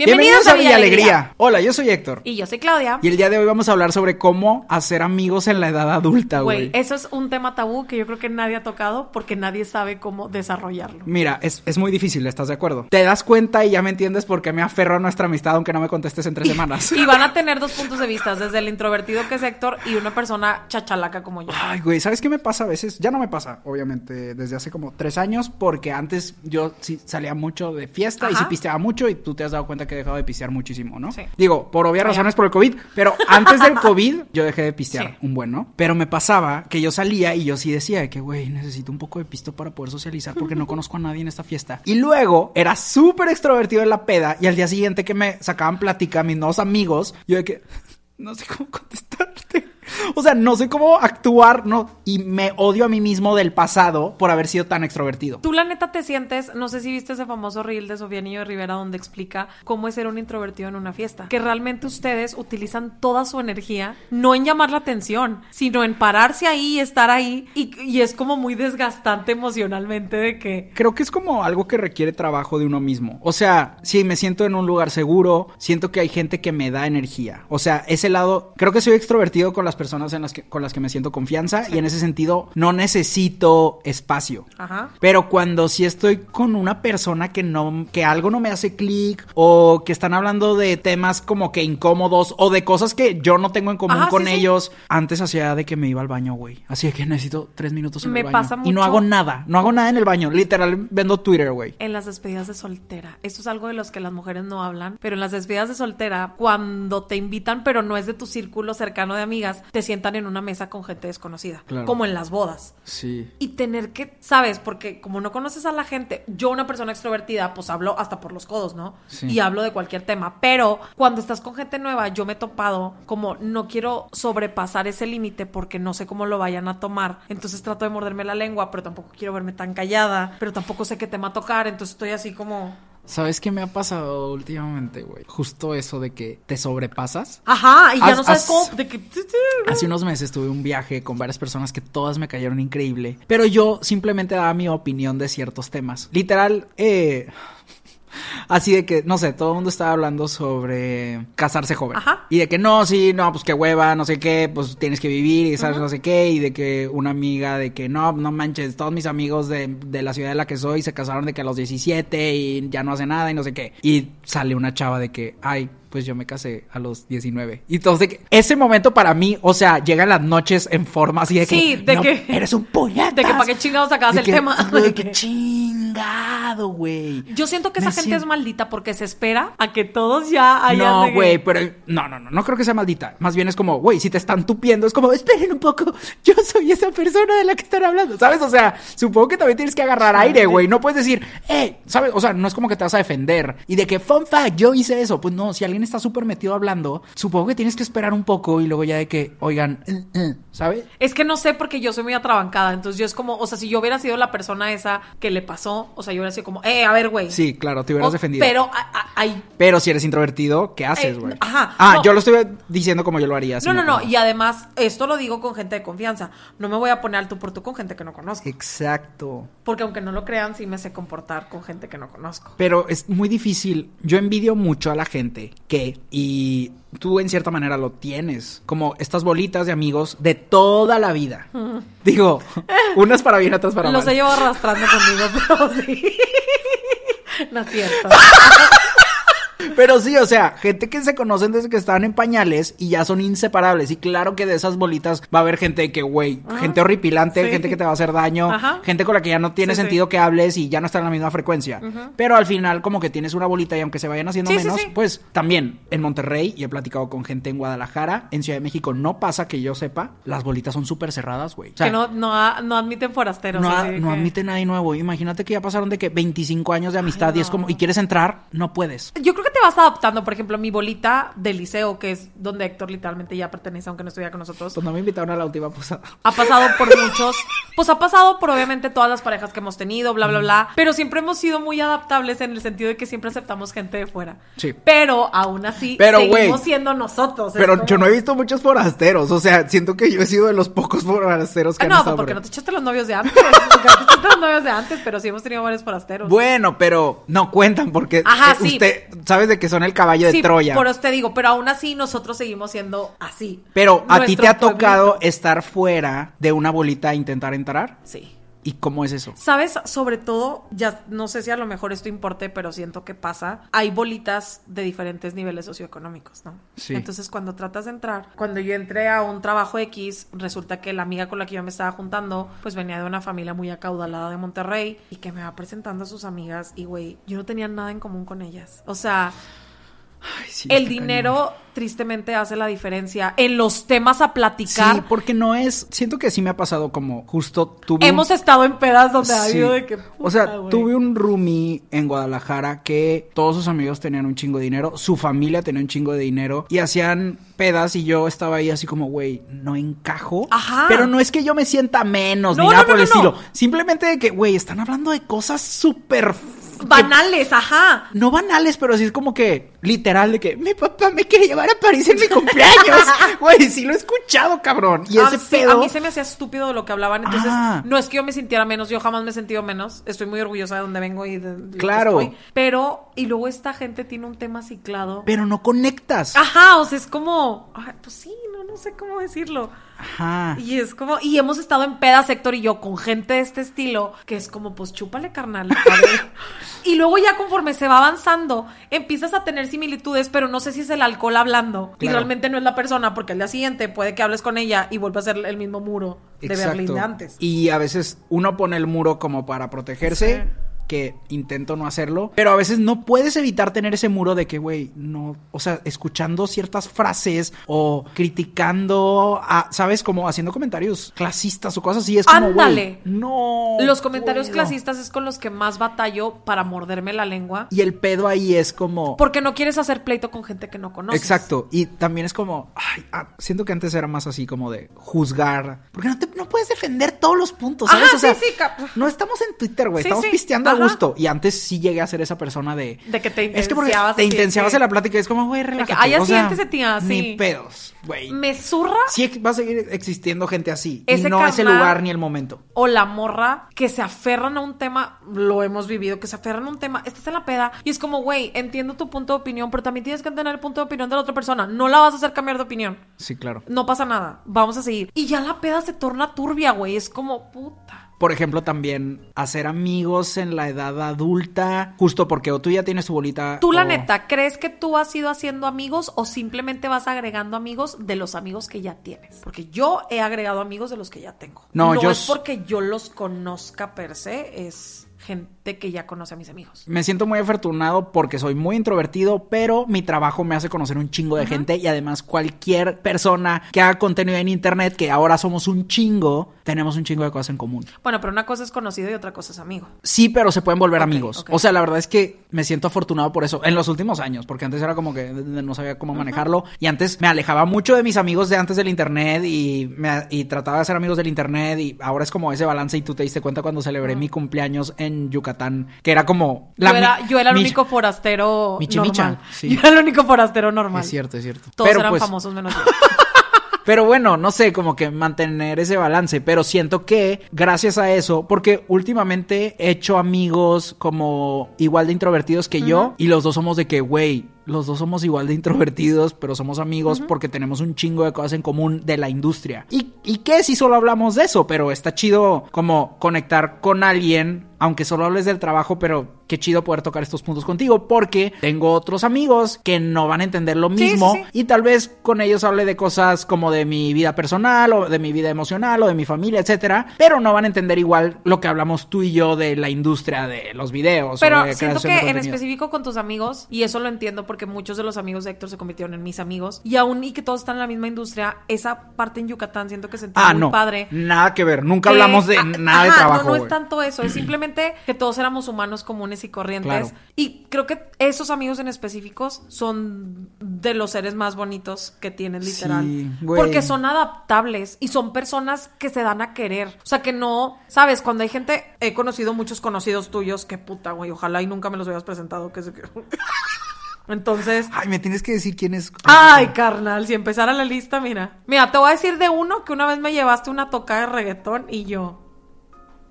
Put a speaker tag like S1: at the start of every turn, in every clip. S1: Bienvenidos, a Villa Alegría. Hola, yo soy Héctor.
S2: Y yo soy Claudia.
S1: Y el día de hoy vamos a hablar sobre cómo hacer amigos en la edad adulta,
S2: Güey,
S1: güey.
S2: eso es un tema tabú que yo creo que nadie ha tocado porque nadie sabe cómo desarrollarlo.
S1: Mira, es, es muy difícil, ¿estás de acuerdo? Te das cuenta y ya me entiendes por qué me aferro a nuestra amistad aunque no me contestes en tres semanas.
S2: Y van a tener dos puntos de vista, desde el introvertido que es Héctor y una persona chachalaca como yo.
S1: Ay, güey, ¿sabes qué me pasa a veces? Ya no me pasa, obviamente, desde hace como tres años, porque antes yo sí salía mucho de fiesta y
S2: Ajá.
S1: sí pisteaba mucho y tú te has dado cuenta que he dejado de pistear muchísimo, ¿no?
S2: Sí.
S1: Digo, por obvias razones por el COVID, pero antes del COVID yo dejé de pistear
S2: Sí.
S1: un buen, ¿no? Pero me pasaba que yo salía y yo sí decía de que, güey, necesito un poco de pisto para poder socializar porque no conozco a nadie en esta fiesta. Y luego era súper extrovertido en la peda y al día siguiente que me sacaban plática mis nuevos amigos, yo de que no sé cómo contestarte. O sea, no sé cómo actuar, no, y me odio a mí mismo del pasado por haber sido tan extrovertido.
S2: Tú la neta te sientes, no sé si viste ese famoso reel de Sofía Niño de Rivera donde explica cómo es ser un introvertido en una fiesta, que realmente ustedes utilizan toda su energía no en llamar la atención, sino en pararse ahí y estar ahí y, y es como muy desgastante emocionalmente de que
S1: Creo que es como algo que requiere trabajo de uno mismo. O sea, si me siento en un lugar seguro, siento que hay gente que me da energía. O sea, ese lado, creo que soy extrovertido con las personas en las que, con las que me siento confianza y en ese sentido no necesito espacio.
S2: Ajá.
S1: Pero cuando sí estoy con una persona que no, que algo no me hace clic o que están hablando de temas como que incómodos o de cosas que yo no tengo en común
S2: Ajá,
S1: con
S2: sí, sí.
S1: ellos, antes hacía de que me iba al baño, güey. Así de que necesito tres minutos en
S2: Me
S1: el baño.
S2: pasa
S1: Y no
S2: mucho-
S1: hago nada, no hago nada en el baño. Literal, vendo Twitter, güey.
S2: En las despedidas de soltera. Esto es algo de los que las mujeres no hablan, pero en las despedidas de soltera, cuando te invitan, pero no es de tu círculo cercano de amigas, te sientan en una mesa con gente desconocida,
S1: Claro.
S2: como en las bodas.
S1: Sí.
S2: Y tener que, sabes, porque como no conoces a la gente, yo una persona extrovertida, pues hablo hasta por los codos, ¿no?
S1: Sí.
S2: Y hablo de cualquier tema, pero cuando estás con gente nueva, yo me he topado como no quiero sobrepasar ese límite porque no sé cómo lo vayan a tomar, entonces trato de morderme la lengua, pero tampoco quiero verme tan callada, pero tampoco sé qué tema tocar, entonces estoy así como...
S1: ¿Sabes qué me ha pasado últimamente, güey? Justo eso de que te sobrepasas.
S2: Ajá, y ya
S1: Haz-
S2: no sabes
S1: haz-
S2: cómo... De que...
S1: Hace unos meses tuve un viaje con varias personas que todas me cayeron increíble, pero yo simplemente daba mi opinión de ciertos temas. Literal, eh, así de que, no sé, todo el mundo estaba hablando sobre casarse joven.
S2: Ajá.
S1: Y de que no, sí, no, pues qué hueva, no sé qué, pues tienes que vivir y sabes no sé qué. Y de que una amiga de que no, no manches, todos mis amigos de, de la ciudad de la que soy se casaron de que a los 17 y ya no hace nada y no sé qué. Y sale una chava de que, ay, pues yo me casé a los 19. Y entonces, de que ese momento para mí, o sea, llegan las noches en forma así de que.
S2: Sí, de
S1: "No,
S2: que-
S1: Eres un puñetazo.
S2: de que pa' qué chingados sacabas el tema.
S1: De que chingado, güey.
S2: Yo siento que
S1: Me
S2: esa gente
S1: siento-
S2: es maldita porque se espera a que todos ya hayan... de
S1: no,
S2: que-
S1: güey, pero no, no, no, no creo que sea maldita. Más bien es como, güey, si te están tupiendo, es como, esperen un poco, yo soy esa persona de la que están hablando, ¿sabes? O sea, supongo que también tienes que agarrar aire, güey. No puedes decir, eh, ¿sabes? O sea, no es como que te vas a defender. Y de que, fun fact, yo hice eso. Pues no, si alguien está súper metido hablando, supongo que tienes que esperar un poco y luego ya de que, oigan, eh, eh", ¿sabes?
S2: Es que no sé porque yo soy muy atrabancada, entonces yo es como, o sea, si yo hubiera sido la persona esa que le pasó, o sea, yo hubiera sido como, eh, a ver, güey.
S1: Sí, claro, te hubieras
S2: O-
S1: defendido.
S2: Oh, Pero a- a- ay,
S1: Pero si eres introvertido, ¿qué haces,
S2: Eh,
S1: güey?
S2: ajá,
S1: Ah,
S2: no.
S1: yo lo estoy diciendo como yo lo haría.
S2: No,
S1: sino
S2: no, no.
S1: como-
S2: Y además, esto lo digo con gente de confianza. No me voy a poner al tú por tú con gente que no conozco.
S1: Exacto.
S2: Porque aunque no lo crean, sí me sé comportar con gente que no conozco.
S1: Pero es muy difícil. Yo envidio mucho a la gente que, y tú en cierta manera lo tienes, como estas bolitas de amigos de toda la vida. Digo, unas para bien, otras para
S2: Los he
S1: mal.
S2: llevado arrastrando conmigo, pero sí. No es cierto.
S1: Pero sí, o sea, gente que se conocen desde que estaban en pañales y ya son inseparables. Y claro que de esas bolitas va a haber gente de que, güey, gente horripilante,
S2: sí.
S1: gente que te va a hacer daño,
S2: Ajá.
S1: gente con la que ya no tiene
S2: Sí, sí.
S1: sentido que hables y ya no está en la misma frecuencia. Pero al final, como que tienes una bolita y aunque se vayan haciendo
S2: Sí, sí,
S1: menos,
S2: sí.
S1: pues también en Monterrey, y he platicado con gente en Guadalajara, en Ciudad de México no pasa que yo sepa, las bolitas son súper cerradas, güey. O sea,
S2: que no, no, a- no admiten forasteros.
S1: no,
S2: así de
S1: no
S2: que-
S1: admite nadie nuevo. Imagínate que ya pasaron de que 25 años de amistad y es como, y quieres entrar, no puedes.
S2: Yo creo que te vas adaptando, por ejemplo, mi bolita de liceo, que es donde Héctor literalmente ya pertenece, aunque no estudia con nosotros.
S1: Cuando me invitaron a la última posada.
S2: Ha pasado por muchos, pues ha pasado por obviamente todas las parejas que hemos tenido, bla, bla, bla. Pero siempre hemos sido muy adaptables en el sentido de que siempre aceptamos gente de fuera.
S1: Sí.
S2: Pero aún así,
S1: Pero,
S2: seguimos
S1: güey,
S2: siendo nosotros. es
S1: Pero
S2: como-
S1: yo no he visto muchos forasteros. O sea, siento que yo he sido de los pocos forasteros que
S2: Ah,
S1: han
S2: no,
S1: estado
S2: porque
S1: por
S2: no
S1: ahí.
S2: te echaste los novios de antes. Porque no te echaste los novios de antes, pero sí hemos tenido varios forasteros.
S1: Bueno, pero no cuentan porque
S2: Ajá,
S1: eh,
S2: sí.
S1: usted sabes de que son el caballo de
S2: sí,
S1: Troya.
S2: Por eso te digo, pero aún así nosotros seguimos siendo así.
S1: Pero a ti
S2: Nuestro
S1: te ha tocado
S2: pueblito.
S1: estar fuera de una bolita e intentar entrar.
S2: Sí.
S1: ¿Y cómo es eso?
S2: Sabes, sobre todo, ya no sé si a lo mejor esto importe, pero siento que pasa. Hay bolitas de diferentes niveles socioeconómicos, ¿no?
S1: Sí.
S2: Entonces, cuando tratas de entrar, cuando yo entré a un trabajo X, resulta que la amiga con la que yo me estaba juntando, pues venía de una familia muy acaudalada de Monterrey y que me va presentando a sus amigas y, güey, yo no tenía nada en común con ellas. O sea,
S1: Ay, sí,
S2: el
S1: está cañón.
S2: dinero tristemente hace la diferencia en los temas a platicar.
S1: Sí, porque no es. Siento que sí me ha pasado como justo tuve. un-
S2: Hemos estado en pedas donde ha
S1: Sí.
S2: habido de que.
S1: o sea,
S2: puta, güey.
S1: tuve un roomie en Guadalajara que todos sus amigos tenían un chingo de dinero, su familia tenía un chingo de dinero y hacían pedas y yo estaba ahí así como, güey, no encajo.
S2: Ajá.
S1: Pero no es que yo me sienta menos
S2: No,
S1: ni nada
S2: no, no,
S1: por el
S2: no, no.
S1: estilo. Simplemente de que, güey, están hablando de cosas súper f-
S2: Banales, ajá.
S1: que- No banales, pero sí es como que literal de que mi papá me quiere llevar a París en mi cumpleaños. Güey, sí lo he escuchado, cabrón. Y
S2: Ah,
S1: ese
S2: sí,
S1: pedo.
S2: A mí se me hacía estúpido de lo que hablaban. Entonces,
S1: Ah.
S2: no es que yo me sintiera menos, yo jamás me he sentido menos. Estoy muy orgullosa de donde vengo y de, de lo que
S1: Claro.
S2: estoy. Pero, y luego esta gente tiene un tema ciclado.
S1: Pero no conectas.
S2: Ajá, o sea, es como. ay, pues sí, no, no sé cómo decirlo.
S1: Ajá.
S2: Y es como, y hemos estado en pedas, Héctor y yo, con gente de este estilo, que es como, pues chúpale, carnal. a ver. y luego ya conforme se va avanzando, empiezas a tener similitudes, pero no sé si es el alcohol hablando. Y
S1: Claro.
S2: realmente no es la persona, porque al día siguiente puede que hables con ella y vuelva a ser el mismo muro de Berlín de antes.
S1: Y a veces uno pone el muro como para protegerse,
S2: Sí.
S1: que intento no hacerlo, pero a veces no puedes evitar tener ese muro de que, güey, no, o sea, escuchando ciertas frases o criticando, a, ¿sabes? Como haciendo comentarios clasistas o cosas así, es como, güey,
S2: Ándale.
S1: no.
S2: Los comentarios
S1: puedo.
S2: clasistas es con los que más batallo para morderme la lengua,
S1: Y el pedo ahí es como...
S2: porque no quieres hacer pleito con gente que no conoces.
S1: Exacto, y también es como, ay, ah, siento que antes era más así como de juzgar, porque no, te, no puedes defender todos los puntos, ¿sabes?
S2: Ajá,
S1: o sea,
S2: sí, sí, cap-
S1: no estamos en Twitter, güey,
S2: Sí,
S1: estamos
S2: sí,
S1: pisteando
S2: ajá.
S1: a gusto. Y antes sí llegué a ser esa persona de...
S2: De que te
S1: Es que porque
S2: intensiabas
S1: te
S2: así de
S1: intensiabas
S2: que-
S1: en la plática y es como, güey, relájate.
S2: ay,
S1: o
S2: así
S1: sea,
S2: antes de ti, así.
S1: Ni pedos, güey.
S2: Me zurra
S1: Sí ex- va a seguir existiendo gente así.
S2: Ese
S1: y no es el
S2: carnal-
S1: lugar ni el momento.
S2: o la morra que se aferran a un tema, lo hemos vivido, que se aferran a un tema, estás en la peda y es como, güey, entiendo tu punto de opinión, pero también tienes que entender el punto de opinión de la otra persona, no la vas a hacer cambiar de opinión.
S1: Sí, claro.
S2: No pasa nada, vamos a seguir. Y ya la peda se torna turbia, güey, es como, puta.
S1: Por ejemplo, también hacer amigos en la edad adulta, justo porque o tú ya tienes tu bolita.
S2: Tú, la
S1: o-
S2: neta, ¿crees que tú has ido haciendo amigos o simplemente vas agregando amigos de los amigos que ya tienes? Porque yo he agregado amigos de los que ya tengo.
S1: No, yo
S2: es
S1: s-
S2: porque yo los conozca per se, es gente que ya conoce a mis amigos.
S1: Me siento muy afortunado porque soy muy introvertido, pero mi trabajo me hace conocer un chingo de gente y además cualquier persona que haga contenido en internet, que ahora somos un chingo, tenemos un chingo de cosas en común.
S2: Bueno, pero una cosa es conocido y otra cosa es amigo.
S1: Sí, pero se pueden volver
S2: Ok,
S1: amigos.
S2: ok.
S1: O sea, la verdad es que me siento afortunado por eso en los últimos años, porque antes era como que no sabía cómo manejarlo y antes me alejaba mucho de mis amigos de antes del internet y, me- y trataba de ser amigos del internet y ahora es como ese balance y tú te diste cuenta cuando celebré mi cumpleaños en Yucatán, que era como... la
S2: yo, era,
S1: mi-
S2: yo era el
S1: mi-
S2: único forastero
S1: mi chimicha,
S2: normal.
S1: sí.
S2: Yo era el único forastero normal.
S1: Es cierto, es cierto.
S2: Todos
S1: Pero,
S2: eran
S1: pues,
S2: famosos menos yo.
S1: Pero bueno, no sé, como que mantener ese balance. Pero siento que gracias a eso, porque últimamente he hecho amigos como igual de introvertidos que yo, y los dos somos de que, güey. los dos somos igual de introvertidos, pero somos amigos porque tenemos un chingo de cosas en común de la industria. ¿Y, ¿Y qué si solo hablamos de eso? Pero está chido como conectar con alguien, aunque solo hables del trabajo, pero qué chido poder tocar estos puntos contigo porque tengo otros amigos que no van a entender lo
S2: Sí, sí,
S1: mismo
S2: sí.
S1: y tal vez con ellos hable de cosas como de mi vida personal o de mi vida emocional o de mi familia, etcétera, pero no van a entender igual lo que hablamos tú y yo de la industria de los videos. o
S2: Pero
S1: de
S2: siento
S1: creación de
S2: que en
S1: contenido.
S2: específico con tus amigos, y eso lo entiendo porque muchos de los amigos de Héctor se convirtieron en mis amigos, y aún y que todos están en la misma industria, esa parte en Yucatán siento que se entiende
S1: Ah,
S2: muy
S1: no.
S2: padre.
S1: Nada que ver. Nunca
S2: que-
S1: hablamos de
S2: ah,
S1: nada de
S2: ajá,
S1: trabajo.
S2: No, no es
S1: güey.
S2: tanto eso, es simplemente que todos éramos humanos comunes y corrientes.
S1: Claro.
S2: Y creo que esos amigos en específicos son de los seres más bonitos que tienes, literal.
S1: Sí, güey.
S2: Porque son adaptables y son personas que se dan a querer. O sea, que no, sabes, cuando hay gente, he conocido muchos conocidos tuyos, que puta, güey, ojalá y nunca me los hubieras presentado, que se... Entonces,
S1: Ay, me tienes que decir quién es.
S3: Ah,
S2: Ay, carnal, si empezara la lista, mira. Mira, te voy a decir de uno que una vez me llevaste una toca de reggaetón y yo.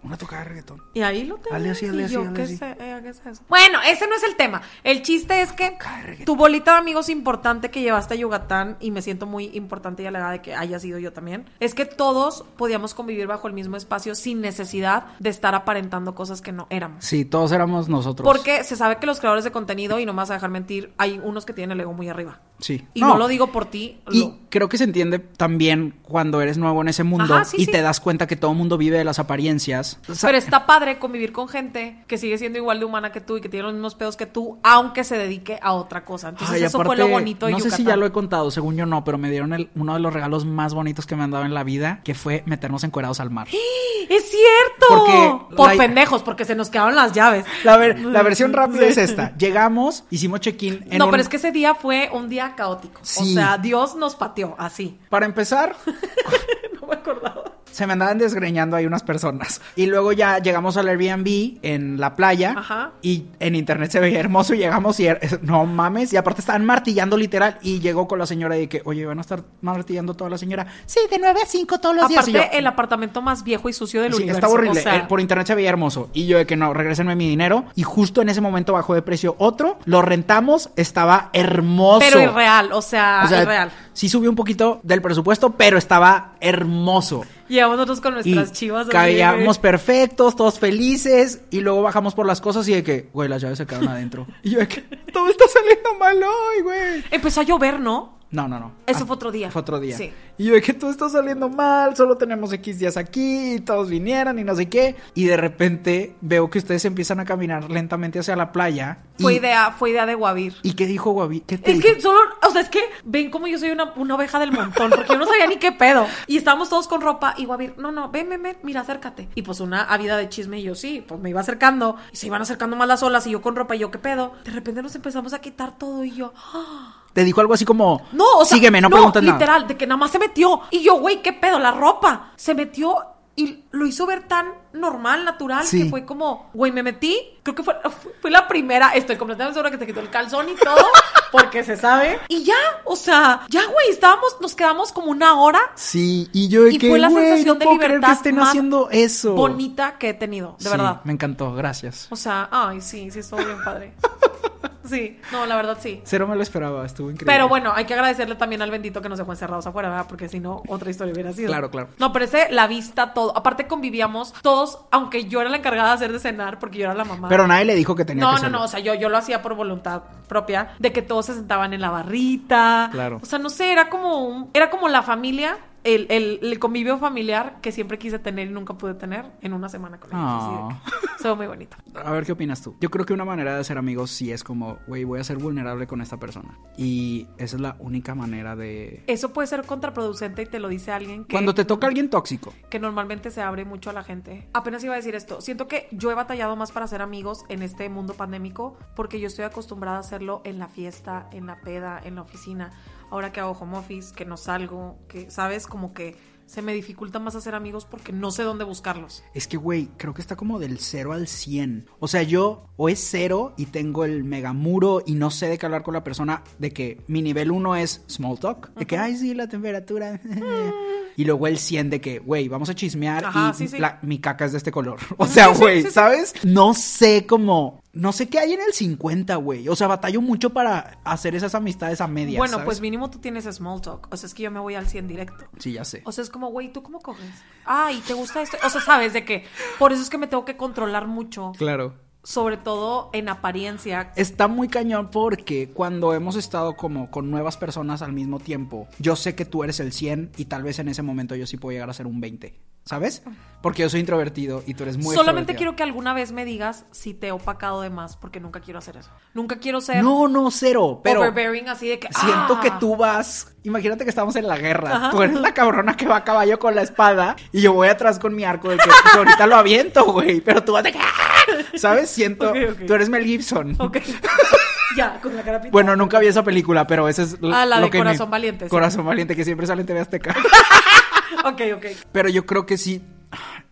S1: Una tocada de reggaetón.
S2: Y ahí lo tengo.
S1: Dale así, dale así, dale así.
S2: Eh, Bueno, ese no es el tema. El chiste es que tu bolita de amigos importante que llevaste a Yucatán, y me siento muy importante y alegada de que haya sido yo también, es que todos podíamos convivir bajo el mismo espacio sin necesidad de estar aparentando cosas que no éramos.
S1: Sí, todos éramos nosotros.
S2: Porque se sabe que los creadores de contenido, y no me vas a dejar mentir, hay unos que tienen el ego muy arriba.
S1: Sí.
S2: Y no, lo digo por ti.
S1: Y
S2: lo-
S1: creo que se entiende también cuando eres nuevo en ese mundo
S2: Ajá, sí,
S1: y
S2: sí.
S1: te das cuenta que todo el mundo vive de las apariencias. O sea,
S2: Pero está padre convivir con gente que sigue siendo igual de humana que tú y que tiene los mismos pedos que tú, aunque se dedique a otra cosa. Entonces,
S1: ay,
S2: eso fue
S1: aparte,
S2: lo bonito de
S1: No sé
S2: Yucatán.
S1: si ya lo he contado, según yo no, pero me dieron el- uno de los regalos más bonitos que me han dado en la vida, que fue meternos encuerados al mar.
S2: ¡Es cierto!
S1: Porque
S2: Por
S1: la-
S2: pendejos, porque se nos quedaron las llaves.
S1: La, ver- la versión rápida es esta. Llegamos, hicimos check-in en
S2: No,
S1: un-
S2: pero es que ese día fue un día caótico.
S1: Sí.
S2: O sea, Dios nos pateó así.
S1: Para empezar,
S2: no me acordaba.
S1: se me andaban desgreñando ahí unas personas. Y luego ya llegamos al Airbnb en la playa.
S2: Ajá.
S1: Y en internet se veía hermoso y llegamos y er- no mames. Y aparte estaban martillando literal. Y llegó con la señora de que, oye, van a estar martillando toda la señora. Sí, de 9 a 5 todos los días.
S2: Aparte,
S1: Y yo,
S2: el apartamento más viejo y sucio del
S1: Sí,
S2: universo.
S1: estaba horrible.
S2: o sea,
S1: Eh, por internet se veía hermoso. Y yo de que no, regrésenme mi dinero. Y justo en ese momento bajó de precio otro. Lo rentamos. Estaba hermoso.
S2: pero irreal, o sea,
S1: O sea,
S2: irreal.
S1: Sí subió un poquito del presupuesto, pero estaba hermoso.
S2: Llevamos nosotros con
S1: Y
S2: nuestras chivas. así,
S1: cabíamos perfectos, todos felices. Y luego bajamos por las cosas y de que, güey, las llaves se quedaron adentro. Y yo de que, todo está saliendo mal hoy, güey.
S2: Empezó a llover, ¿no?
S1: No, no, no.
S2: Eso
S1: Ah,
S2: fue otro día.
S1: Fue otro día.
S2: Sí.
S1: Y yo de que todo está saliendo mal, solo tenemos X días aquí, y todos vinieron y no sé qué. Y de repente veo que ustedes empiezan a caminar lentamente hacia la playa.
S2: Fue
S1: y,
S2: idea, fue idea de Guavir.
S1: ¿Y qué dijo Guavi? ¿Qué te
S2: Es
S1: dijo?
S2: que solo, o sea, es que ven como yo soy una, una oveja del montón, porque yo no sabía ni qué pedo. Y estábamos todos con ropa y Guavir, no, no, ven, ven, ven, mira, acércate. Y pues una ávida de chisme y yo sí, pues me iba acercando y se iban acercando más las olas y yo con ropa y yo qué pedo. De repente nos empezamos a quitar todo y yo, ¡ah!
S1: Te dijo algo así como,
S2: no, o sea,
S1: sígueme, no, preguntes nada.
S2: literal, de que nada más se metió. Y yo, güey, qué pedo, la ropa. Se metió y lo hizo ver tan normal, natural,
S1: Sí.
S2: que fue como, güey, me metí. Creo que fue, fue- fue la primera, estoy completamente segura que te quitó el calzón y todo, porque se sabe. Y ya, o sea, ya, güey, estábamos, nos quedamos como una hora.
S1: Sí, y yo de
S2: Y
S1: que,
S2: fue la
S1: "Güey,
S2: sensación
S1: no
S2: de
S1: puedo creer
S2: libertad
S1: que estén
S2: más
S1: haciendo eso.
S2: Bonita que he tenido, de
S1: Sí,
S2: verdad.
S1: Me encantó, gracias.
S2: O sea, ay, sí, sí, estuvo bien padre. Sí, no, la verdad sí.
S1: Cero me lo esperaba, estuvo increíble.
S2: Pero bueno, hay que agradecerle también al bendito que nos dejó encerrados afuera, ¿verdad? Porque si no, otra historia hubiera sido.
S1: Claro, claro.
S2: No, pero ese, la vista, todo. Aparte convivíamos todos, aunque yo era la encargada de hacer de cenar, porque yo era la mamá.
S1: Pero nadie le dijo que tenía
S2: no,
S1: que
S2: no,
S1: hacerlo.
S2: no, o sea, yo, yo lo hacía por voluntad propia, de que todos se sentaban en la barrita.
S1: Claro.
S2: O sea, no sé, era como un- era como la familia, el, el, el convivio familiar que siempre quise tener y nunca pude tener en una semana con ellos.
S1: Ah.
S2: así de que- Estuvo muy bonito.
S1: A ver qué opinas tú. Yo creo que una manera de ser amigos sí es como, güey, voy a ser vulnerable con esta persona. Y esa es la única manera de.
S2: Eso puede ser contraproducente y te lo dice alguien que
S1: Cuando te toca alguien tóxico.
S2: que normalmente se abre mucho a la gente. Apenas iba a decir esto. Siento que yo he batallado más para ser amigos en este mundo pandémico porque yo estoy acostumbrada a hacerlo en la fiesta, en la peda, en la oficina. Ahora que hago home office, que no salgo, que, ¿sabes? Como que se me dificulta más hacer amigos porque no sé dónde buscarlos.
S1: Es que, güey, creo que está como del 0 al 100. O sea, yo o es 0 y tengo el megamuro y no sé de qué hablar con la persona, de que mi nivel 1 es small talk, de que, ay, sí, la temperatura. y luego el 100 de que, güey, vamos a chismear
S2: Mm. Ajá,
S1: y
S2: sí, sí.
S1: la- mi caca es de este color. O sea,
S2: sí, sí,
S1: güey,
S2: sí, sí.
S1: ¿sabes? No sé cómo... No sé qué hay en el 50, güey. O sea, batallo mucho para hacer esas amistades a medias.
S2: Bueno,
S1: ¿sabes?
S2: pues mínimo tú tienes small talk. O sea, es que yo me voy al 100 directo.
S1: Sí, ya sé.
S2: O sea, es como, güey, ¿tú cómo coges? Ay, ¿te gusta esto? O sea, sabes de qué. Por eso es que me tengo que controlar mucho.
S1: Claro.
S2: Sobre todo en apariencia.
S1: Está muy cañón porque cuando hemos estado como con nuevas personas al mismo tiempo, yo sé que tú eres el 100 y tal vez en ese momento yo sí puedo llegar a ser un 20, ¿sabes? Porque yo soy introvertido y tú eres muy
S2: Solamente
S1: extrovertido.
S2: quiero que alguna vez me digas si te he opacado de más, porque nunca quiero hacer eso. Nunca quiero ser
S1: No, no, cero, pero
S2: overbearing así de que.
S1: siento
S2: ¡ah!
S1: que tú vas... Imagínate que estamos en la guerra. Tú eres la cabrona que va a caballo con la espada y yo voy atrás con mi arco de que pues, ahorita lo aviento, güey, pero tú vas de que... ¡ah! ¿Sabes? Siento...
S2: Ok, ok.
S1: Tú eres Mel Gibson.
S2: Ok. ya, con la cara pintada.
S1: Bueno, nunca vi esa película, pero esa es
S2: Ah, la
S1: lo
S2: de
S1: que me-
S2: Corazón Valiente, sí.
S1: Corazón Valiente, que siempre sale en TV Azteca.
S2: Ok, ok.
S1: Pero yo creo que sí.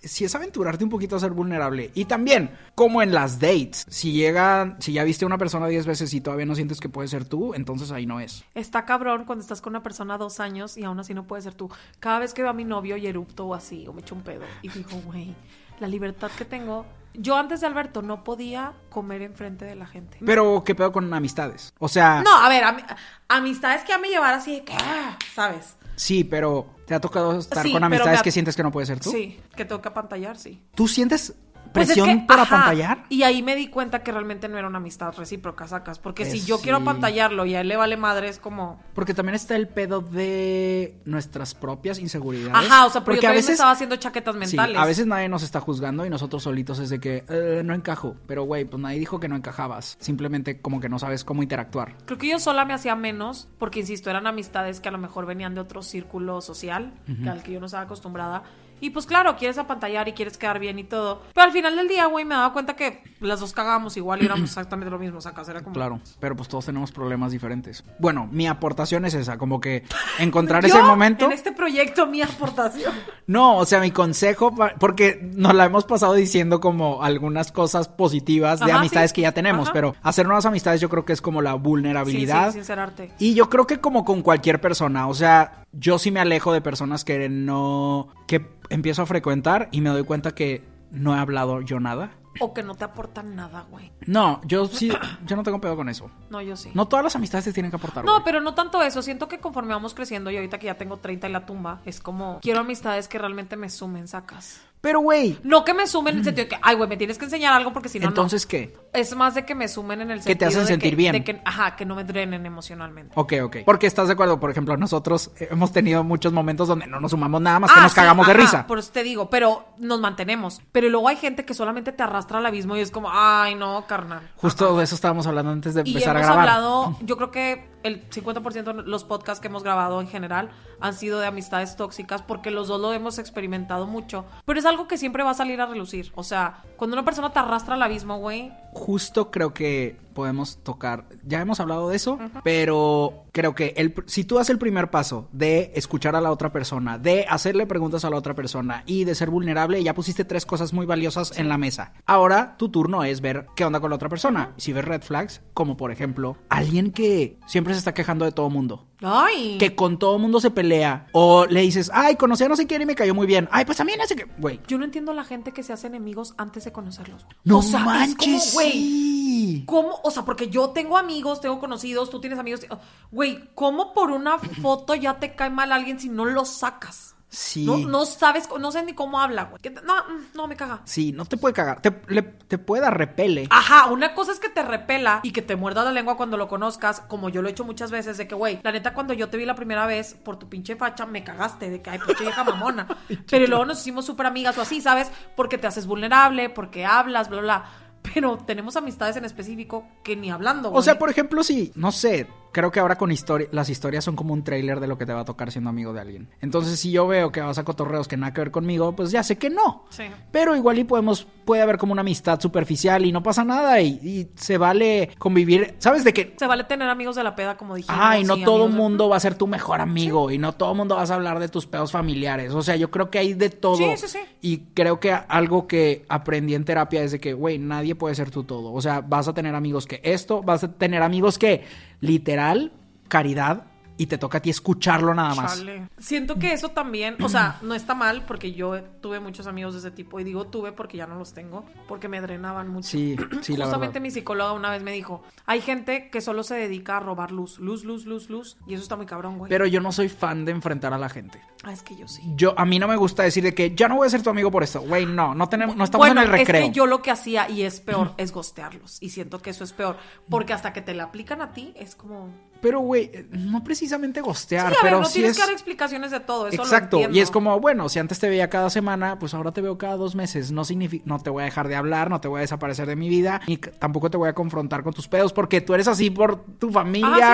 S1: Si es aventurarte un poquito a ser vulnerable. Y también, como en las dates, si llega, si ya viste a una persona 10 veces y todavía no sientes que puede ser tú, entonces ahí no es.
S2: Está cabrón cuando estás con una persona dos años y aún así no puede ser tú. Cada vez que veo a mi novio y erupto o así, o me echo un pedo, y digo, güey, la libertad que tengo. Yo antes de Alberto no podía comer enfrente de la gente.
S1: Pero, ¿qué pedo con amistades? O sea,
S2: No, a ver, ami- amistades que a mí llevar así de que, ah, ¿sabes?
S1: sí, pero ¿te ha tocado estar
S2: Sí,
S1: con
S2: pero
S1: amistades
S2: me ha-
S1: que sientes que no puede ser tú?
S2: Sí, que tengo que apantallar, sí.
S1: ¿Tú sientes
S2: Pues es
S1: presión
S2: que,
S1: para
S2: ajá,
S1: pantallar?
S2: Y ahí me di cuenta que realmente no era una amistad recíproca, sacas. Porque
S1: Eh,
S2: si yo
S1: sí.
S2: quiero apantallarlo y a él le vale madre, es como.
S1: Porque también está el pedo de nuestras propias inseguridades.
S2: Ajá, o sea, porque yo también me estaba haciendo chaquetas
S1: Sí,
S2: mentales.
S1: a veces nadie nos está juzgando y nosotros solitos es de que "Eh, no encajo. Pero, güey, pues nadie dijo que no encajabas. Simplemente como que no sabes cómo interactuar.
S2: Creo que yo sola me hacía menos, porque insisto, eran amistades que a lo mejor venían de otro círculo social, que al que yo no estaba acostumbrada. Y pues claro, quieres apantallar y quieres quedar bien y todo. Pero al final del día, güey, me daba cuenta que las dos cagábamos igual y éramos exactamente lo mismo, sacas. Era como.
S1: Claro, pero pues todos tenemos problemas diferentes. Bueno, mi aportación es esa, como que encontrar ese
S2: Yo,
S1: momento.
S2: En este proyecto, mi aportación.
S1: No, o sea, mi consejo, pa- porque nos la hemos pasado diciendo como algunas cosas positivas de
S2: Ajá,
S1: amistades
S2: sí.
S1: que ya tenemos,
S2: Ajá.
S1: pero hacer nuevas amistades yo creo que es como la vulnerabilidad.
S2: Sí, sí, sincerarte.
S1: Y yo creo que como con cualquier persona, o sea, yo sí me alejo de personas que no, que empiezo a frecuentar y me doy cuenta que no he hablado yo nada.
S2: O que no te aportan nada, güey.
S1: No, yo sí, yo no tengo pedo con eso.
S2: No, yo sí.
S1: No todas las amistades te tienen que aportar.
S2: No,
S1: güey.
S2: pero no tanto eso. Siento que conforme vamos creciendo y ahorita que ya tengo 30 en la tumba, es como quiero amistades que realmente me sumen, sacas.
S1: Pero güey,
S2: No que me sumen en el sentido de que, ay, güey, me tienes que enseñar algo porque si no, no.
S1: Mm. entonces qué?
S2: Es más de que me sumen en el
S1: Que
S2: sentido
S1: te hacen
S2: de
S1: sentir
S2: que-
S1: bien.
S2: de que, ajá, que no me drenen emocionalmente.
S1: Ok, ok. Porque estás de acuerdo, por ejemplo, nosotros eh, hemos tenido muchos momentos donde no nos sumamos nada más que
S2: Ah,
S1: nos
S2: sí,
S1: cagamos de
S2: ajá,
S1: risa.
S2: Por eso te digo, pero nos mantenemos. Pero luego hay gente que solamente te arrastra al abismo y es como, ay, no, carnal.
S1: Justo de eso estábamos hablando antes de
S2: Y
S1: empezar
S2: hemos
S1: a grabar.
S2: hablado, yo creo que el 50% de los podcasts que hemos grabado en general han sido de amistades tóxicas porque los dos lo hemos experimentado mucho. Pero es algo que siempre va a salir a relucir. O sea, cuando una persona te arrastra al abismo, güey,
S1: Justo creo que podemos tocar, ya hemos hablado de eso, pero creo que el, pr- si tú haces el primer paso de escuchar a la otra persona, de hacerle preguntas a la otra persona y de ser vulnerable, ya pusiste tres cosas muy valiosas en la mesa. Ahora tu turno es ver qué onda con la otra persona. Si ves red flags, como por ejemplo, alguien que siempre se está quejando de todo mundo.
S2: ay.
S1: Que con todo mundo se pelea. O le dices, ay, conocí a no sé quién y me cayó muy bien. Ay, pues a mí no sé qué. Güey,
S2: Yo no entiendo la gente que se hace enemigos antes de conocerlos. güey.
S1: no
S2: o sea, es
S1: manches.
S2: como, güey,
S1: sí.
S2: ¿Cómo? O sea, porque yo tengo amigos, tengo conocidos, tú tienes amigos. oh, Güey, ¿cómo por una foto ya te cae mal alguien si no lo sacas?
S1: Sí.
S2: No, no sabes, no sé ni cómo habla, güey. Que te- No, mm, no me caga.
S1: Sí, no te puede cagar. Te, le- te puede dar repele.
S2: Ajá, una cosa es que te repela y que te muerda la lengua cuando lo conozcas, como yo lo he hecho muchas veces, de que, güey, la neta, cuando yo te vi la primera vez, por tu pinche facha, me cagaste, de que, ay, pinche vieja mamona. Pero luego nos hicimos súper amigas o así, ¿sabes? Porque te haces vulnerable, porque hablas, bla, bla. Pero tenemos amistades en específico que ni hablando, güey.
S1: O sea, por ejemplo, si, no sé, creo que ahora con historia, las historias son como un trailer de lo que te va a tocar siendo amigo de alguien. Entonces, si yo veo que vas a cotorreos que nada que ver conmigo, pues ya sé que no.
S2: Sí.
S1: Pero igual y podemos, puede haber como una amistad superficial y no pasa nada y, y se vale convivir. ¿Sabes de qué?
S2: Se vale tener amigos de la peda, como dijimos.
S1: Ay, no
S2: y
S1: todo
S2: amigos de-
S1: mundo va a ser tu mejor amigo y no todo mundo vas a hablar de tus pedos familiares. O sea, yo creo que hay de todo.
S2: Sí, sí, sí.
S1: Y creo que algo que aprendí en terapia es de que, güey, nadie puede ser tu todo. O sea, vas a tener amigos que esto, vas a tener amigos que, literal, caridad, y te toca a ti escucharlo nada más.
S2: Chale. Siento que eso también, o sea, no está mal porque yo tuve muchos amigos de ese tipo y digo tuve porque ya no los tengo, porque me drenaban mucho.
S1: Sí, sí, la
S2: Justamente
S1: verdad.
S2: mi psicóloga una vez me dijo, hay gente que solo se dedica a robar luz, luz, luz, luz, luz, y eso está muy cabrón, güey.
S1: Pero yo no soy fan de enfrentar a la gente.
S2: Ah, es que yo sí.
S1: Yo, a mí no me gusta decir de que ya no voy a ser tu amigo por esto. Güey, no, no tenemos, no estamos
S2: bueno,
S1: en el recreo.
S2: es que yo lo que hacía, y es peor, es gostearlos. Y siento que eso es peor, porque hasta que te la aplican a ti, es como...
S1: Pero, güey, eh, no precisamente gostear,
S2: Sí, a ver,
S1: pero
S2: no
S1: sí
S2: tienes
S1: es.
S2: que dar explicaciones de todo, eso lo
S1: Exacto, y es
S2: entiendo.
S1: como, bueno, si antes te veía cada semana, pues ahora te veo cada dos meses. No significa, no te voy a dejar de hablar, no te voy a desaparecer de mi vida, ni c- tampoco te voy a confrontar con tus pedos, porque tú eres así por tu familia,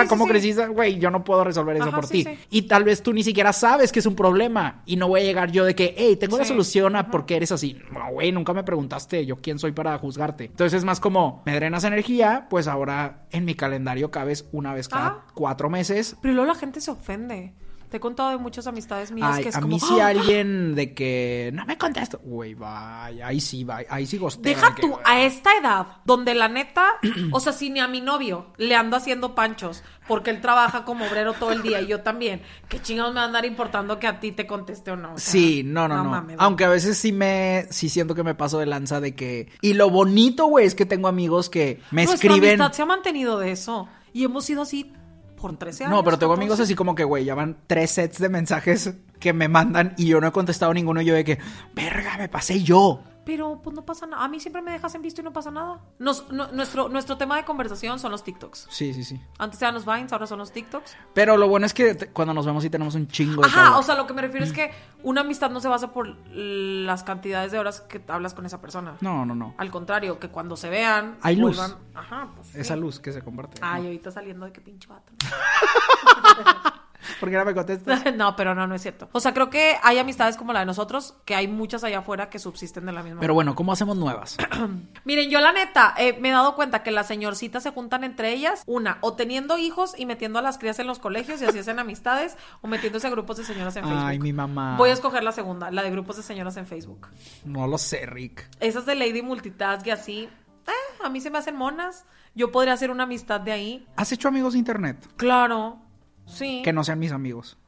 S2: Ah, sí, sí,
S1: cómo
S2: sí.
S1: creciste, güey, yo no puedo resolver eso
S2: Ajá,
S1: por
S2: sí,
S1: ti.
S2: sí.
S1: Y tal vez tú ni siquiera sabes que es un problema, y no voy a llegar yo de que, hey, tengo la
S2: Sí,
S1: solución a por qué eres así. No, güey, nunca me preguntaste yo quién soy para juzgarte. Entonces es más como, me drenas energía, pues ahora en mi calendario cabes una vez cada
S2: Ah.
S1: cuatro meses,
S2: Pero luego la gente se ofende. Te he contado de muchas amistades mías
S1: Ay,
S2: que es
S1: a
S2: como.
S1: mí sí
S2: ¡Ah!
S1: alguien de que no me contesto. Güey, vaya, ahí sí, vaya, ahí sí gosteo.
S2: Deja
S1: de que,
S2: tú a esta edad, donde la neta, o sea, si ni a mi novio le ando haciendo panchos, porque él trabaja como obrero todo el día y yo también, ¿qué chingados me va a andar importando que a ti te conteste o no? O sea,
S1: Sí, no, no, no.
S2: mames, güey.
S1: Aunque a veces sí me, sí siento que me paso de lanza de que. Y lo bonito, güey, es que tengo amigos que me
S2: Nuestra
S1: escriben.
S2: amistad se ha mantenido de eso. Y hemos sido así por 13 años.
S1: No, pero tengo
S2: 14.
S1: amigos así como que, güey, ya van tres sets de mensajes que me mandan y yo no he contestado ninguno. y Yo de que, verga, me pasé yo.
S2: Pero pues no pasa nada. A mí siempre me dejas en visto y no pasa nada. Nos- no- nuestro, nuestro tema de conversación son los TikToks.
S1: Sí, sí, sí.
S2: Antes eran los Vines, ahora son los TikToks.
S1: Pero lo bueno es que te- cuando nos vemos sí tenemos un chingo de. que
S2: Ajá,
S1: hablar.
S2: o sea, lo que me refiero es que una amistad no se basa por las cantidades de horas que hablas con esa persona.
S1: No, no, no.
S2: Al contrario, que cuando se vean.
S1: Hay luz.
S2: vuelvan- Ajá, pues. sí. Ah,
S1: Esa luz que se comparte.
S2: Ay, ahorita saliendo de qué pinche vato.
S1: Porque ahora me contestas.
S2: no, pero no, no es cierto. O sea, creo que hay amistades como la de nosotros, que hay muchas allá afuera que subsisten de la misma
S1: Pero bueno, ¿cómo hacemos nuevas?
S2: Miren, yo la neta, eh, me he dado cuenta que las señorcitas se juntan entre ellas, una, o teniendo hijos y metiendo a las crías en los colegios y así hacen amistades, o metiéndose a grupos de señoras en Facebook.
S1: Ay, mi mamá.
S2: Voy a escoger la segunda, la de grupos de señoras en Facebook.
S1: No lo sé, Rick.
S2: Esas de Lady Multitask y así, eh, a mí se me hacen monas. Yo podría hacer una amistad de ahí.
S1: ¿Has hecho amigos de internet?
S2: Claro, sí.
S1: Que no sean mis amigos.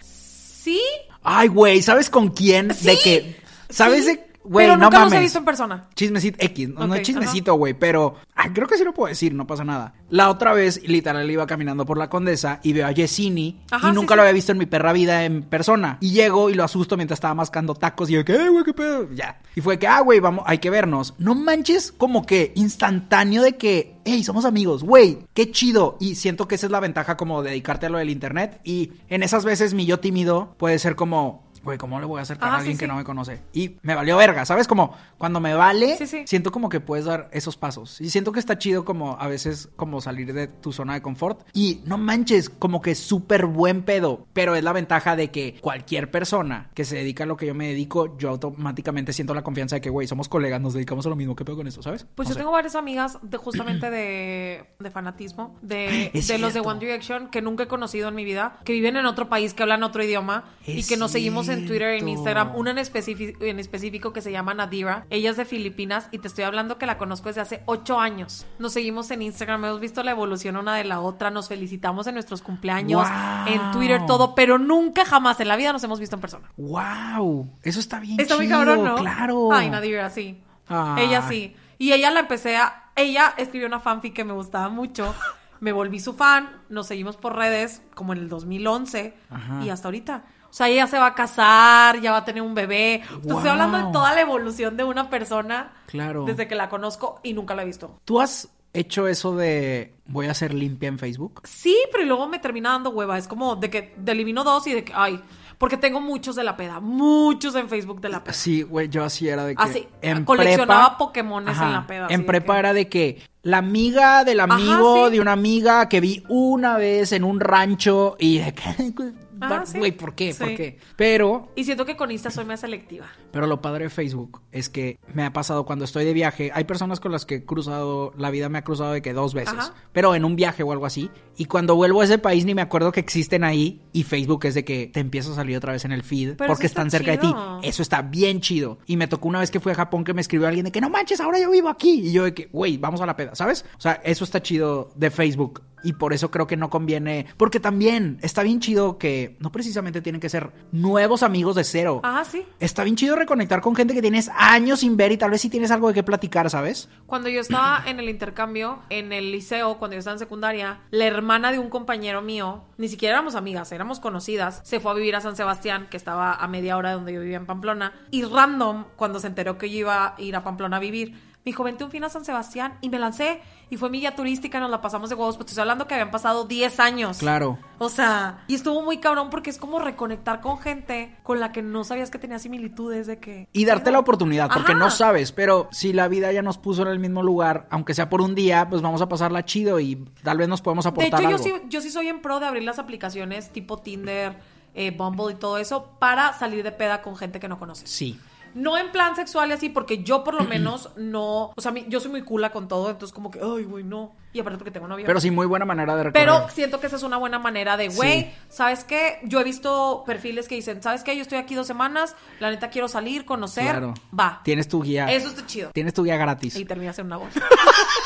S2: Sí,
S1: Ay, güey, ¿sabes con quién? De que. ¿Sabes
S2: sí,
S1: de.? Güey,
S2: pero
S1: no
S2: nunca
S1: mames.
S2: los he visto en persona.
S1: Chismecito X, no, no
S2: Ok,
S1: es chismecito, güey, pero ah, creo que sí lo puedo decir, no pasa nada. La otra vez, literal, iba caminando por la condesa y veo a Yesini
S2: Ajá,
S1: y
S2: sí,
S1: nunca
S2: sí.
S1: lo había visto en mi perra vida en persona. Y llego y lo asusto mientras estaba mascando tacos y yo, ¿qué, güey, qué pedo? Ya. Y fue que, ah, güey, vamos, hay que vernos. No manches, como que instantáneo de que, hey, somos amigos, güey, qué chido. Y siento que esa es la ventaja como de dedicarte a lo del internet. Y en esas veces mi yo tímido puede ser como... Güey, ¿cómo le voy a acercar
S2: Ajá,
S1: a alguien
S2: Ah, sí,
S1: que
S2: sí.
S1: no me conoce? Y me valió verga, ¿sabes? Como cuando me vale,
S2: Sí, sí.
S1: siento como que puedes dar esos pasos. Y siento que está chido como a veces como salir de tu zona de confort. Y no manches, como que súper buen pedo. Pero es la ventaja de que cualquier persona que se dedica a lo que yo me dedico, yo automáticamente siento la confianza de que, güey, somos colegas, nos dedicamos a lo mismo. ¿Qué pedo con esto, sabes?
S2: Pues
S1: No
S2: yo
S1: sé.
S2: tengo varias amigas de justamente de, de fanatismo, de,
S1: Es
S2: de los de
S1: cierto.
S2: One Direction que nunca he conocido en mi vida, que viven en otro país, que hablan otro idioma y que
S1: Es
S2: nos seguimos en Twitter, en
S1: cierto.
S2: Instagram, una en, específico en específico que se llama Nadira, ella es de Filipinas y te estoy hablando que la conozco desde hace ocho años. Nos seguimos en Instagram, hemos visto la evolución una de la otra, nos felicitamos en nuestros cumpleaños,
S1: Wow.
S2: en Twitter, todo, pero nunca jamás en la vida nos hemos visto en persona.
S1: ¡Wow! Eso está bien.
S2: Está muy
S1: chido,
S2: cabrón, ¿no?
S1: Claro.
S2: Ay, Nadira, sí.
S1: Ah.
S2: Ella sí. Y ella la empecé a. Ella escribió una fanfic que me gustaba mucho. Me volví su fan. Nos seguimos por redes como en el 2011
S1: Ajá.
S2: y hasta ahorita. O sea, ella se va a casar, ya va a tener un bebé. Entonces, estoy
S1: Wow.
S2: hablando de toda la evolución de una persona
S1: Claro.
S2: desde que la conozco y nunca la he visto.
S1: ¿Tú has hecho eso de voy a ser limpia en Facebook?
S2: Sí, pero y luego me termina dando hueva. Es como de que de elimino dos y de que, ay, porque tengo muchos de la peda, muchos en Facebook de la peda.
S1: Sí, güey, yo así era de que.
S2: Así, coleccionaba Pokémones en
S1: Ajá,
S2: la peda, así
S1: En
S2: de
S1: prepa
S2: que-
S1: era de que la amiga del amigo
S2: sí.
S1: de una amiga que vi una vez en un rancho y de que.
S2: Ah,
S1: Por-
S2: sí.
S1: Güey, ¿por qué? ¿Por
S2: Sí.
S1: qué? Pero
S2: Y siento que con Insta soy más selectiva.
S1: pero lo padre de Facebook es que me ha pasado cuando estoy de viaje. Hay personas con las que he cruzado, la vida me ha cruzado de que dos veces,
S2: Ajá.
S1: pero en un viaje o algo así. Y cuando vuelvo a ese país ni me acuerdo que existen ahí. Y Facebook es de que te empieza a salir otra vez en el feed
S2: Pero
S1: porque
S2: eso está
S1: están cerca
S2: chido.
S1: de ti. Eso está bien chido. Y me tocó una vez que fui a Japón que me escribió alguien de que no manches, ahora yo vivo aquí. Y yo de que, güey, vamos a la peda, ¿sabes? O sea, eso está chido de Facebook. y por eso creo que no conviene. Porque también está bien chido que no precisamente tienen que ser nuevos amigos de cero.
S2: Ajá, sí.
S1: Está bien chido reconectar con gente que tienes años sin ver y tal vez sí tienes algo de qué platicar, ¿sabes?
S2: Cuando yo estaba en el intercambio, en el liceo, cuando yo estaba en secundaria, la hermana de un compañero mío, ni siquiera éramos amigas, éramos conocidas, se fue a vivir a San Sebastián, que estaba a media hora de donde yo vivía en Pamplona, y random, cuando se enteró que yo iba a ir a Pamplona a vivir, me dijo, vente un fin a San Sebastián, y me lancé, y fue mi guía turística, nos la pasamos de huevos, pues estoy hablando que habían pasado 10 años.
S1: Claro.
S2: O sea, y estuvo muy cabrón porque es como reconectar con gente con la que no sabías que tenía similitudes de que...
S1: Y darte la oportunidad, porque
S2: Ajá.
S1: no sabes, pero si la vida ya nos puso en el mismo lugar, aunque sea por un día, pues vamos a pasarla chido y tal vez nos podemos
S2: De
S1: aportar
S2: hecho, yo
S1: algo.
S2: sí, yo sí soy en pro de abrir las aplicaciones tipo Tinder, eh, Bumble y todo eso para salir de peda con gente que no conoces.
S1: Sí.
S2: No en plan sexual y así, porque yo por lo menos no... O sea, mi- yo soy muy cula con todo, entonces como que, ay, güey, no. Y aparte porque tengo novia.
S1: Pero sí, muy buena manera de recorrer.
S2: Pero siento que esa es una buena manera de, güey,
S1: Sí.
S2: ¿sabes qué? Yo he visto perfiles que dicen, ¿sabes qué? Yo estoy aquí dos semanas, la neta quiero salir, conocer,
S1: Claro.
S2: va.
S1: Tienes tu guía.
S2: Eso está chido.
S1: Tienes tu guía gratis.
S2: Y terminas en una bolsa.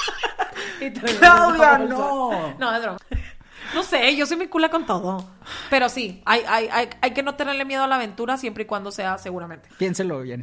S2: Y terminas en una bolsa.
S1: Claudia, no.
S2: No, es broma. No sé, yo soy mi cula con todo. Pero sí, hay, hay, hay, hay que no tenerle miedo a la aventura siempre y cuando sea seguramente.
S1: Piénselo bien.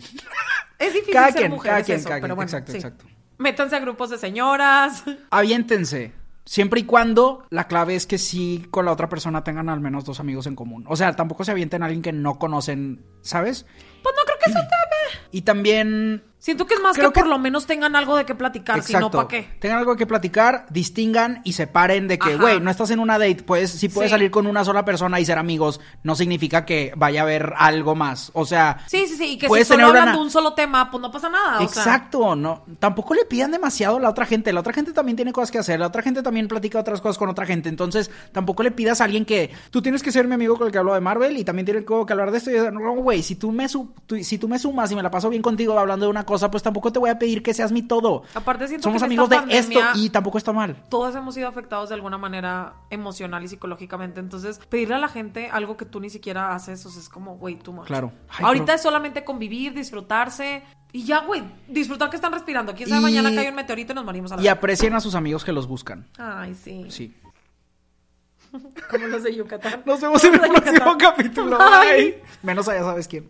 S2: Es difícil
S1: Cada
S2: ser
S1: quien,
S2: mujer,
S1: cada
S2: es
S1: quien,
S2: eso,
S1: cada
S2: pero
S1: quien.
S2: bueno,
S1: Exacto,
S2: sí.
S1: exacto.
S2: Métanse a grupos de señoras. Pues
S1: Aviéntense. Siempre y cuando la clave es que sí con la otra persona tengan al menos dos amigos en común. O sea, tampoco se avienten a alguien que no conocen, ¿sabes?
S2: Pues no creo que eso te...
S1: Y también
S2: Siento que es más
S1: Creo
S2: que por
S1: que-
S2: lo menos tengan algo de qué platicar, si no, ¿para qué?
S1: Tengan algo que platicar, distingan y separen de que,
S2: Ajá.
S1: güey, no estás en una date. Pues si puedes
S2: Sí.
S1: salir con una sola persona y ser amigos, no significa que vaya a haber algo más. O sea,
S2: Sí, sí, sí. Y que si
S1: puedes
S2: solo
S1: tener una-
S2: hablan de un solo tema, pues no pasa nada. o sea.
S1: Exacto, no, tampoco le pidan demasiado a la otra gente, la otra gente también tiene cosas que hacer, la otra gente también platica otras cosas con otra gente, entonces tampoco le pidas a alguien que tú tienes que ser mi amigo con el que hablo de Marvel y también tienes que hablar de esto y no, güey, si tú me su- tú- si tú me sumas y me la paso bien contigo hablando de una cosa, pues tampoco te voy a pedir que seas mi todo.
S2: Aparte siento
S1: Somos
S2: que en
S1: amigos de
S2: esta pandemia-
S1: esto y tampoco está mal.
S2: todos hemos sido afectados de alguna manera emocional y psicológicamente. Entonces, pedirle a la gente algo que tú ni siquiera haces, o sea, es como, güey, tú much.
S1: Claro. Ay,
S2: Ahorita
S1: pero-
S2: es solamente convivir, disfrutarse y ya, güey, disfrutar que están respirando. Quién sabe,
S1: Y-
S2: mañana cae un meteorito y nos morimos a la
S1: Y aprecien a sus amigos que los buscan.
S2: verga. Ay, sí.
S1: Sí.
S2: Como los de Yucatán.
S1: Nos vemos en el
S2: Los de
S1: próximo
S2: Yucatán.
S1: capítulo.
S2: Bye.
S1: Bye. Menos allá sabes quién.